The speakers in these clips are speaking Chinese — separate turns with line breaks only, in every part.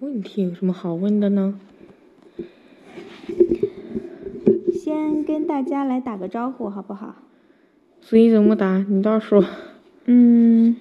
问题有什么好问的呢？
先跟大家来打个招呼，好不好？
所以怎么打？你倒是说。
嗯，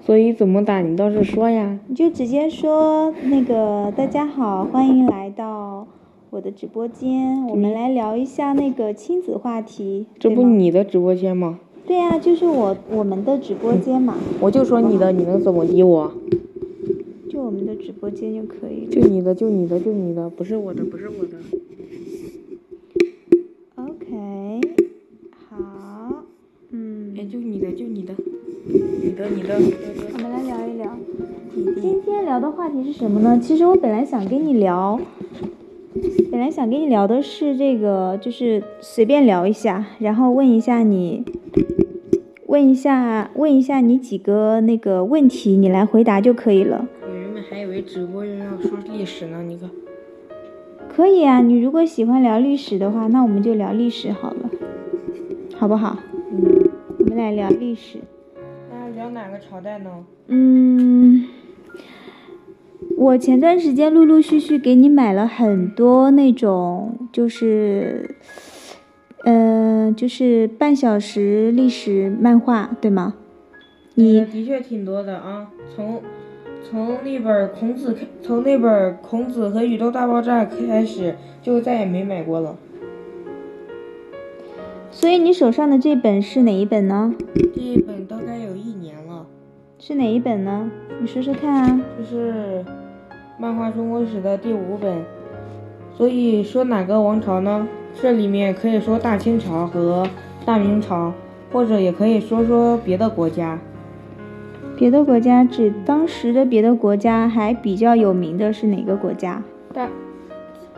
所以怎么打？你倒是说呀。
你就直接说那个大家好，欢迎来到我的直播间，我们来聊一下那个亲子话题，
这
对
不
吗
你的直播间吗？
对呀、就是我我们的直播间嘛，
我就说你的，你能怎么理我？
就我们的直播间就可以了。
就你的，就你的，就你的，不是我的，不是我的。
OK，好，
哎，
嗯，
就你的，就你的，你的，你的。
我们来聊一聊。
你的
今天聊的话题是什么呢？其实我本来想跟你聊，本来想跟你聊的是这个，就是随便聊一下，然后问一下你，问一下问一下你几个那个问题，你来回答就可以了。
我原本还以为直播要说历史呢，你看。
可以啊，你如果喜欢聊历史的话，那我们就聊历史好了，好不好？
嗯。
我们来聊历史。
那聊哪个朝代呢？
嗯，我前段时间陆陆续续给你买了很多那种，就是，呃，就是半小时历史漫画，对吗？你
的确挺多的啊，从从那本儿孔子开，从那本儿孔子和宇宙大爆炸开始，就再也没买过了。
所以你手上的这本是哪一本呢？
这一本大概有一年了，
是哪一本呢？你说说看啊。
就是《漫画中国史》的第五本。所以说哪个王朝呢？这里面可以说大清朝和大明朝，或者也可以说说别的国家。
别的国家指当时的别的国家还比较有名的是哪个国家？
大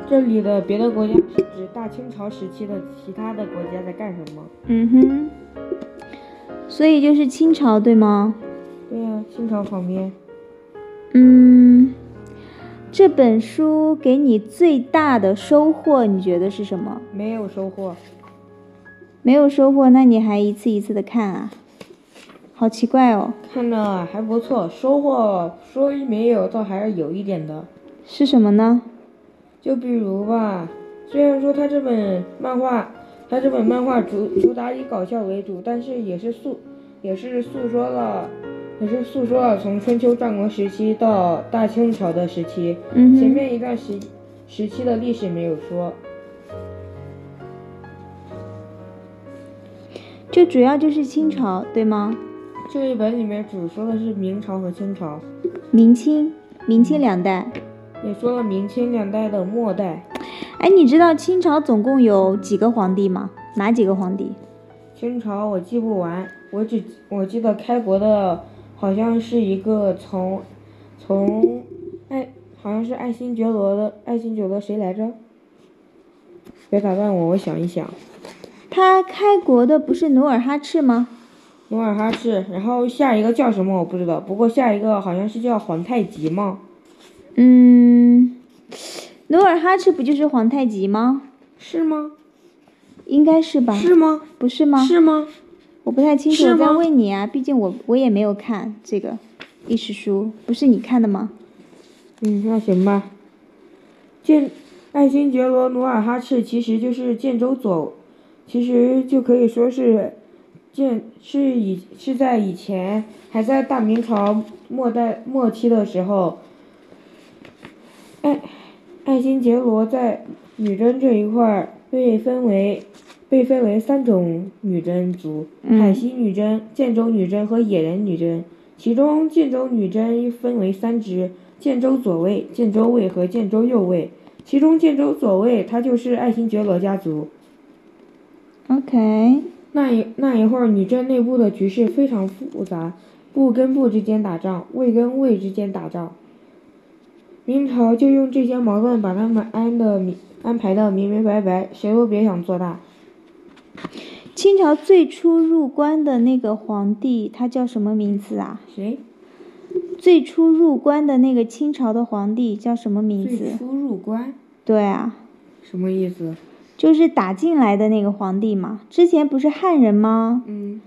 这里的别的国家是指大清朝时期的其他的国家在干什么？
嗯哼，所以就是清朝，对吗？
对呀、清朝旁边。
嗯，这本书给你最大的收获，你觉得是什么？
没有收获。
没有收获，那你还一次一次的看啊，好奇怪哦。
看着还不错，收获说没有，倒还是有一点的。
是什么呢？
就比如吧，虽然说他这本漫画，他这本漫画主主打以搞笑为主，但是也是诉，也是诉说了，也是诉说了从春秋战国时期到大清朝的时期，
嗯
前
哼，
面一段时时期的历史没有说。
就主要就是清朝，对吗？
这一本里面只说的是明朝和清朝，
明清，明清两代。
也说了明清两代的末代。
哎，你知道清朝总共有几个皇帝吗？哪几个皇帝？
清朝我记不完，我只我记得开国的好像是一个从从爱好像是爱新觉罗的爱新觉罗谁来着？别打断我，我想一想。
他开国的不是努尔哈赤吗？
努尔哈赤，然后下一个叫什么我不知道，不过下一个好像是叫皇太极吗？
嗯，努尔哈赤不就是皇太极吗？
是吗？
应该是吧？
是吗？
不是吗？
是吗？
我不太清楚，
是
我在
吗
问你啊，毕竟我我也没有看这个历史书，不是你看的吗？
嗯，那行吧。建爱新觉罗努尔哈赤其实就是建州左，其实就可以说是建是以是在以前还在大明朝末代末期的时候，爱爱新觉罗在女真这一块儿被分为被分为三种女真族：海
嗯
西女真、建州女真和野人女真。其中建州女真分为三支：建州左卫、建州卫和建州右卫。其中建州左卫，他就是爱新觉罗家族。
，OK，
那一那一会儿，女真内部的局势非常复杂，部跟部之间打仗，卫跟卫之间打仗。明朝就用这些矛盾把他们安的明安排的明明白白，谁都别想做大。
清朝最初入关的那个皇帝，他叫什么名字啊？
谁
最初入关的那个清朝的皇帝叫什么名
最
字？
初入关？
对啊，
什么意思？
就是打进来的那个皇帝嘛。之前不是汉人吗？
嗯，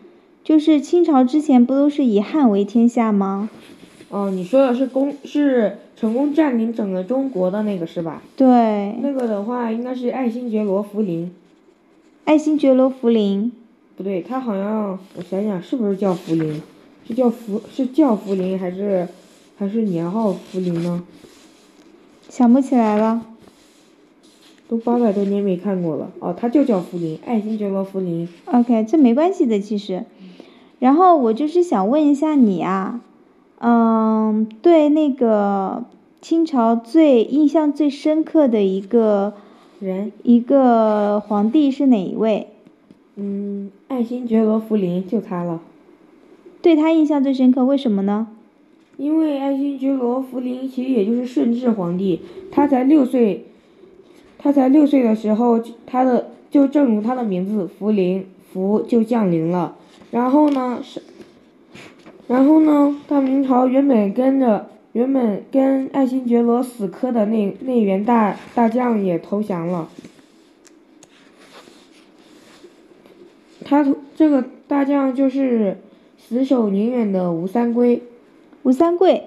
就是清朝之前不都是以汉为天下吗？
哦，你说的是攻是成功占领整个中国的那个是吧？
对，
那个的话应该是爱新觉罗·福临，
爱新觉罗·福临，
不对，他好像我想想是不是叫福临？是叫福是叫福临还是还是年号福临呢？
想不起来了。
都八百多年没看过了。哦，他就叫福临，爱新觉罗·福临。
OK，这没关系的，其实。然后我就是想问一下你啊，嗯，对那个清朝最印象最深刻的一个
人，
一个皇帝是哪一位？
嗯，爱新觉罗·福临就他了，
对他印象最深刻，为什么呢？
因为爱新觉罗·福临其实也就是顺治皇帝，他才六岁，他才六岁的时候，他的就正如他的名字福临，福就降临了。然后呢是，然后呢，大明朝原本跟着原本跟爱新觉罗死磕的那那员大大将也投降了。他投这个大将就是死守宁远的吴三桂，
吴三桂，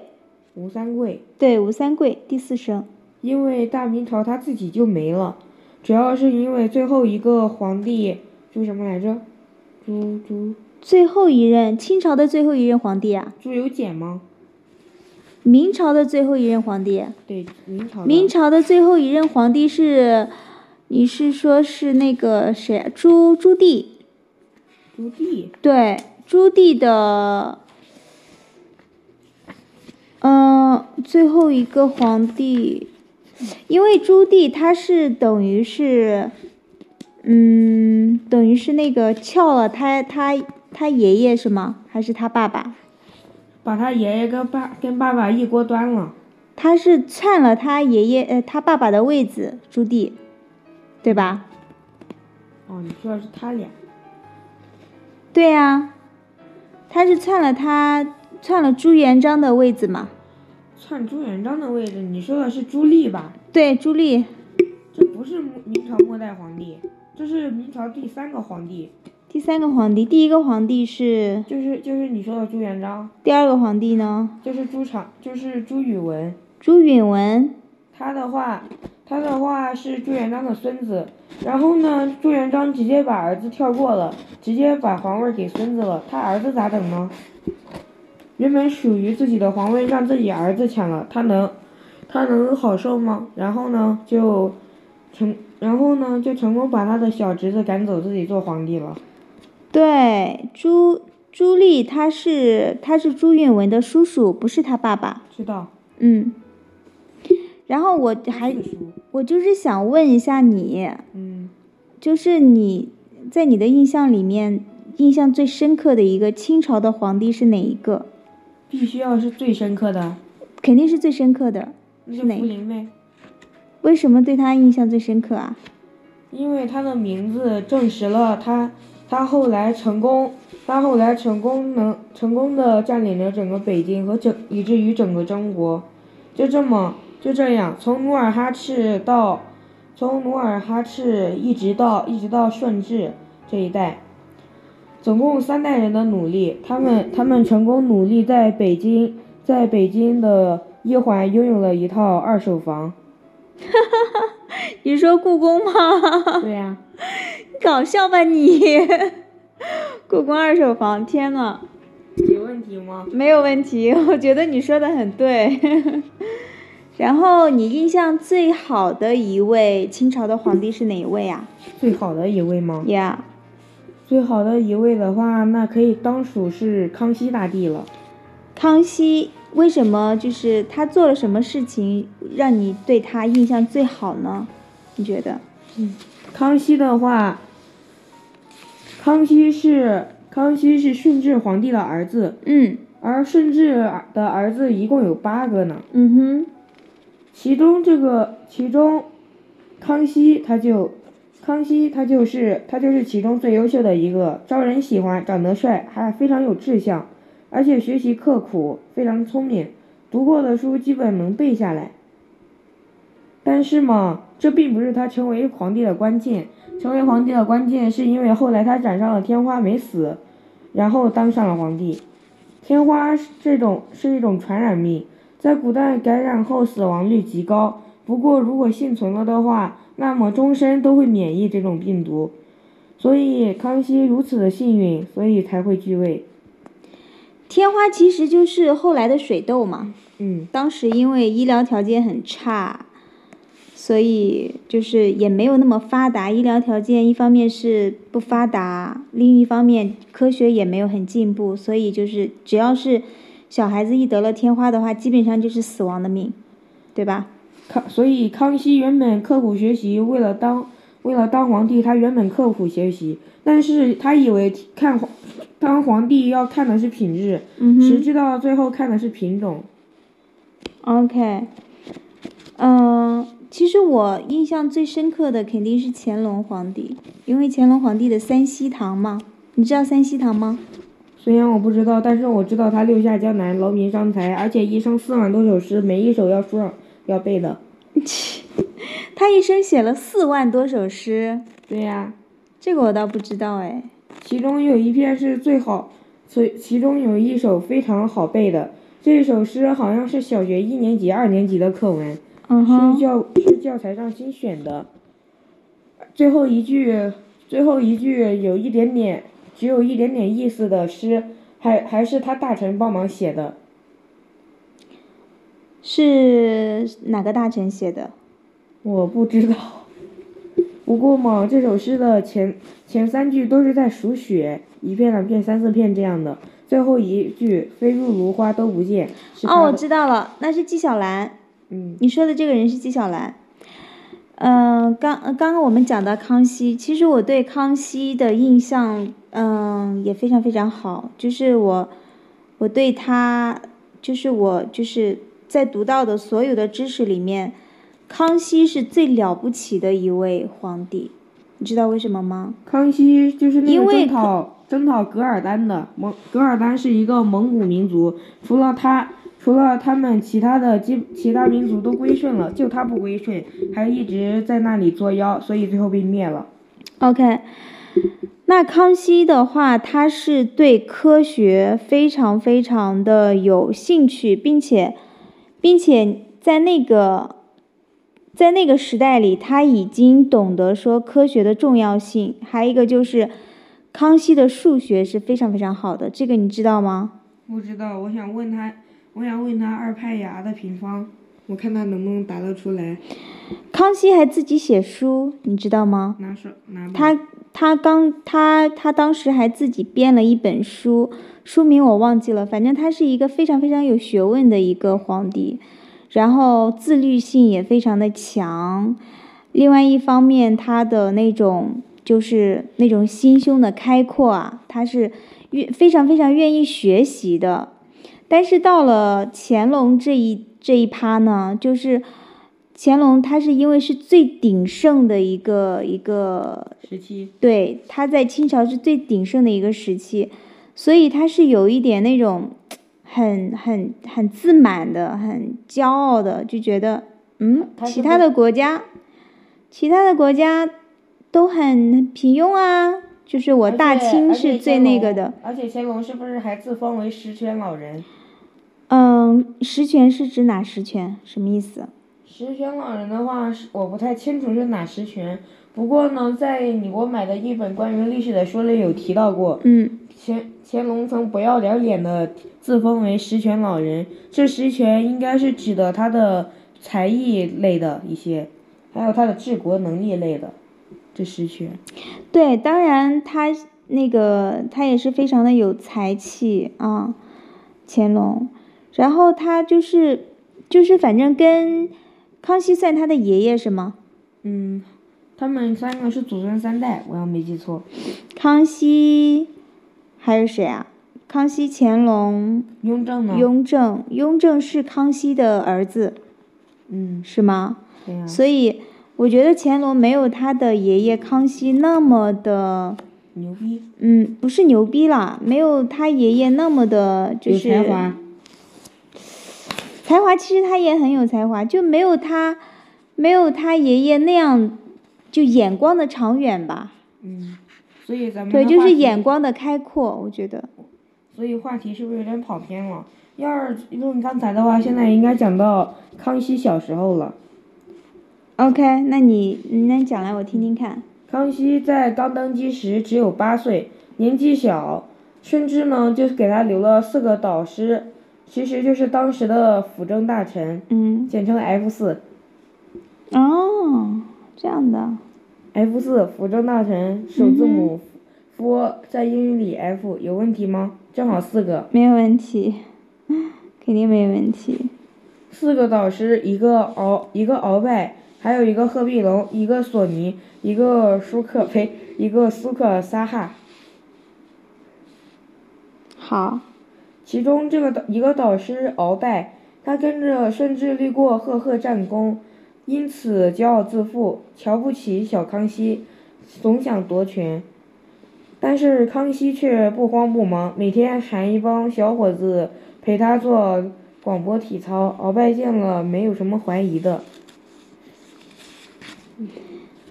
吴三桂，
对，吴三桂，第四声。
因为大明朝他自己就没了，主要是因为最后一个皇帝朱什么来着？朱朱
最后一任清朝的最后一任皇帝啊，
朱由检吗？
明朝的最后一任皇帝，
对，明朝的。
明朝的最后一任皇帝是，你是说是那个谁啊？朱朱棣，
朱棣，
对，朱棣的，呃，最后一个皇帝，因为朱棣他是等于是，嗯，等于是那个撬了他他他爷爷是吗？还是他爸爸？
把他爷爷跟爸跟爸爸一锅端了。
他是篡了他爷爷呃他爸爸的位子，朱棣，对吧？
哦，你说的是他俩。
对呀、他是篡了他篡了朱元璋的位子嘛？
篡朱元璋的位置，你说的是朱棣吧？
对，朱棣。
这不是明明朝末代皇帝，这是明朝第三个皇帝，
第三个皇帝，第一个皇帝是，
就是就是你说的朱元璋，
第二个皇帝呢？
就是朱常，就是朱允文。
朱允文。
他的话，他的话是朱元璋的孙子。然后呢，朱元璋直接把儿子跳过了，直接把皇位给孙子了。他儿子咋整呢？原本属于自己的皇位让自己儿子抢了，他能，他能好受吗？然后呢，就成，然后呢，就成功把他的小侄子赶走，自己做皇帝了。
对，朱朱棣他是他是朱允文的叔叔，不是他爸爸。
知道？
嗯。然后我还
四叔
我就是想问一下你，
嗯，
就是你在你的印象里面，印象最深刻的一个清朝的皇帝是哪一个？
必须要是最深刻的，
肯定是最深刻的。
那
是
就
哪
福
个
临呗，
为什么对他印象最深刻啊？
因为他的名字证实了他，他后来成功，他后来成功能成功的占领了整个北京和整以至于整个中国，就这么就这样，从努尔哈赤到，从努尔哈赤一直到一直到顺治这一代，总共三代人的努力，他们他们成功努力在北京在北京的一环拥有了一套二手房，
你说故宫吗？
对呀、
搞笑吧你！ 故宫二手房，天呐，
有问题吗？
没有问题， 我觉得你说的很对。 然后你印象最好的一位清朝的皇帝是哪一位啊？
最好的一位吗？
呀、
最好的一位的话，那可以当属是康熙大帝了。
康熙为什么就是他做了什么事情让你对他印象最好呢？你觉得？
康熙的话，康熙是康熙是顺治皇帝的儿子，
嗯
而顺治的儿子一共有八个呢，
嗯哼，
其中这个其中，康熙他就。康熙他就是他就是其中最优秀的一个，招人喜欢，长得帅，还非常有志向，而且学习刻苦，非常聪明，读过的书基本能背下来。但是嘛，这并不是他成为皇帝的关键，成为皇帝的关键是因为后来他染上了天花没死，然后当上了皇帝。天花这种是一种传染病，在古代感染后死亡率极高。不过，如果幸存了的话，那么终身都会免疫这种病毒。所以康熙如此的幸运，所以才会继位。
天花其实就是后来的水痘嘛。
嗯，
当时因为医疗条件很差，所以就是也没有那么发达。医疗条件一方面是不发达，另一方面科学也没有很进步，所以就是只要是小孩子一得了天花的话，基本上就是死亡的命，对吧？
康所以康熙原本刻苦学习，为了当为了当皇帝，他原本刻苦学习，但是他以为看皇当皇帝要看的是品质，
嗯哼。
谁知道最后看的是品种。
OK，嗯、其实我印象最深刻的肯定是乾隆皇帝，因为乾隆皇帝的三希堂嘛，你知道三希堂吗？
虽然我不知道，但是我知道他六下江南，劳民伤财，而且一生四万多首诗，每一首要说要背的。
他一生写了四万多首诗，
对呀、
这个我倒不知道哎。
其中有一篇是最好，所其中有一首非常好背的，这首诗好像是小学一年级、二年级的课文，
嗯
是
哼，
教是教材上新选的。最后一句，最后一句有一点点，只有一点点意思的诗，还还是他大臣帮忙写的，
是哪个大臣写的？
我不知道。不过嘛，这首诗的前前三句都是在数雪，一片、两片、三四片这样的，最后一句“飞入芦花都不见”是他
哦，我
的
知道了，那是纪晓岚。
嗯，
你说的这个人是纪晓岚。嗯、刚呃刚刚我们讲到康熙，其实我对康熙的印象，嗯、也非常非常好。就是我，我对他，就是我就是在读到的所有的知识里面，康熙是最了不起的一位皇帝。你知道为什么吗？
康熙就是那
因
个
为
征讨征讨噶尔丹的蒙，噶尔丹是一个蒙古民族，除了他除了他们，其他的基其他民族都归顺了，就他不归顺，还一直在那里作妖，所以最后被灭了。
OK，那康熙的话，他是对科学非常非常的有兴趣，并且，并且在那个，在那个时代里，他已经懂得说科学的重要性。还有一个就是，康熙的数学是非常非常好的，这个你知道吗？
不知道，我想问他，我想问他二派牙的平方，我看他能不能答得出来。
康熙还自己写书，你知道吗？
拿手拿笔。
他他刚他他当时还自己编了一本书，书名我忘记了，反正他是一个非常非常有学问的一个皇帝，然后自律性也非常的强，另外一方面他的那种就是那种心胸的开阔啊，他是愿非常非常愿意学习的，但是到了乾隆这一这一趴呢，就是。乾隆他是因为是最鼎盛的一个一个
十七，
对，他在清朝是最鼎盛的一个时期，所以他是有一点那种很很很自满的、很骄傲的，就觉得嗯，
他是
其
不
他的国家，其他的国家都很平庸啊，就是我大清是最那个的。
而且乾隆是不是还自封为十全老人？
嗯，实权是指哪实权？什么意思？
十全老人的话，是我不太清楚是哪十全。不过呢，在你给我买的一本关于历史的书里有提到过，
嗯，
乾乾隆曾不要脸的自封为十全老人。这十全应该是指的他的才艺类的一些，还有他的治国能力类的。这十全，
对，当然他那个他也是非常的有才气啊，乾隆。然后他就是就是反正跟康熙算他的爷爷是吗？
嗯，他们三个是祖孙三代，我要没记错。
康熙还有谁啊？康熙、乾隆、
雍正呢？
雍正，雍正是康熙的儿子
嗯，
是吗？
对呀、
所以我觉得乾隆没有他的爷爷康熙那么的。
牛逼，
嗯，不是牛逼啦，没有他爷爷那么的，就
有
是
才华。
才华其实他也很有才华，就没有他，没有他爷爷那样，就眼光的长远吧。
嗯，所以咱们
对，
的
就
话
是
题
眼光的开阔，我觉得。
所以话题是不是有点跑偏了？要是论刚才的话，现在应该讲到康熙小时候了。
OK，那你那你讲来我听听看。
康熙在刚登基时只有八岁，年纪小，顺治呢就给他留了四个导师，其实就是当时的辅政大臣，
嗯，
简称 F 四。
哦，这样的。
F 四辅政大臣首字母 f 在英语里 F 有问题吗？正好四个，
没有问题， 肯定没有问题。
四个导师，一个鳌一个鳌拜，还有一个鹤壁龙，一个索尼，一个舒克呸，一个苏克萨哈。
好，
其中这个导一个导师鳌拜，他跟着顺治立过赫赫战功，因此骄傲自负，瞧不起小康熙，总想夺权。但是康熙却不慌不忙，每天喊一帮小伙子陪他做广播体操。鳌拜见了没有什么怀疑的，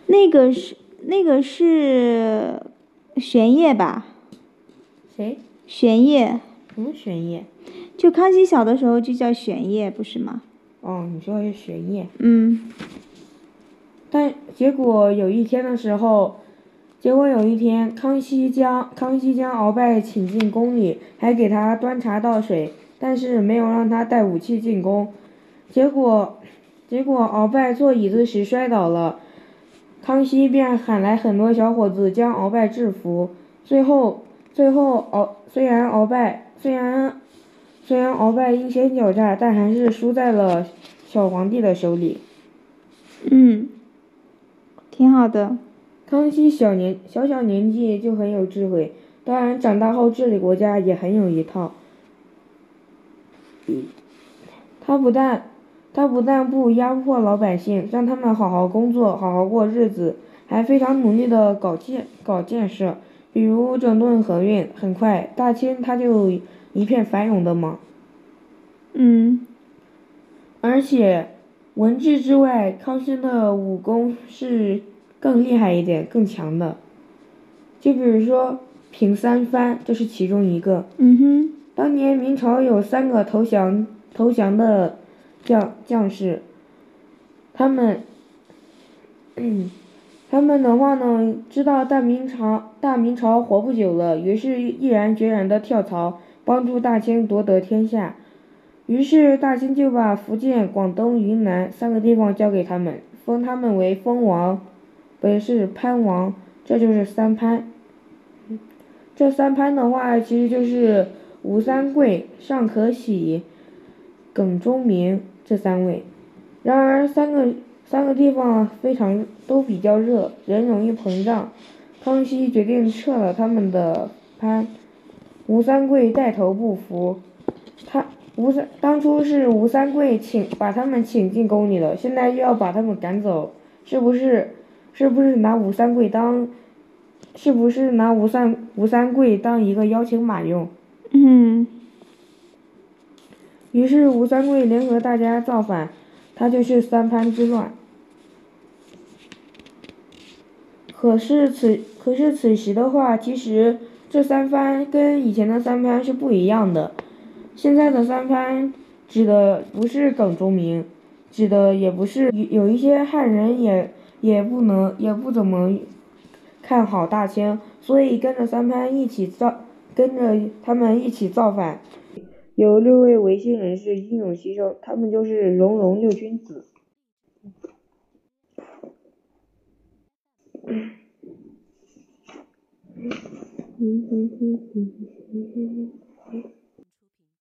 那个是那个是玄烨吧？
谁？
玄烨，
什么玄烨？
就康熙小的时候就叫玄烨，不是吗？
哦，你说的是玄烨。
嗯，
但结果有一天的时候，结果有一天，康熙将康熙将鳌拜请进宫里，还给他端茶倒水，但是没有让他带武器进宫。结果，结果鳌拜坐椅子时摔倒了，康熙便喊来很多小伙子将鳌拜制服。最后，最后鳌虽然鳌拜虽然虽然鳌拜阴险狡诈，但还是输在了小皇帝的手里。
嗯，挺好的。
康熙小年小小年纪就很有智慧，当然长大后治理国家也很有一套。他不但他不但不压迫老百姓，让他们好好工作、好好过日子，还非常努力的搞建搞建设，比如整顿河运。很快，大清他就一片繁荣的忙。
嗯，
而且，文治之外，康熙的武功是更厉害一点、更强的。就比如说平三藩，这是其中一个。
嗯哼，
当年明朝有三个投降投降的将将士，他们， 他们的话呢，知道大明朝大明朝活不久了，于是毅然决然的跳槽，帮助大清夺得天下。于是大清就把福建、广东、云南三个地方交给他们，封他们为封王，不是藩王，这就是三藩。这三藩的话，其实就是吴三桂、尚可喜、耿忠明这三位。然而，三个三个地方非常都比较热，人容易膨胀。康熙决定撤了他们的藩，吴三桂带头不服。他吴三当初是吴三桂请把他们请进宫里了，现在又要把他们赶走，是不是？是不是拿吴三桂当？是不是拿吴三吴三桂当一个邀请码用？
嗯，
于是吴三桂联合大家造反，他就是三藩之乱。可是此可是此时的话，其实这三藩跟以前的三藩是不一样的。现在的三藩指的不是耿忠明，指的也不是有有一些汉人也也不能也不怎么看好大清，所以跟着三藩一起造，跟着他们一起造反。有六位维新人士英勇牺牲，他们就是龙龙六君子。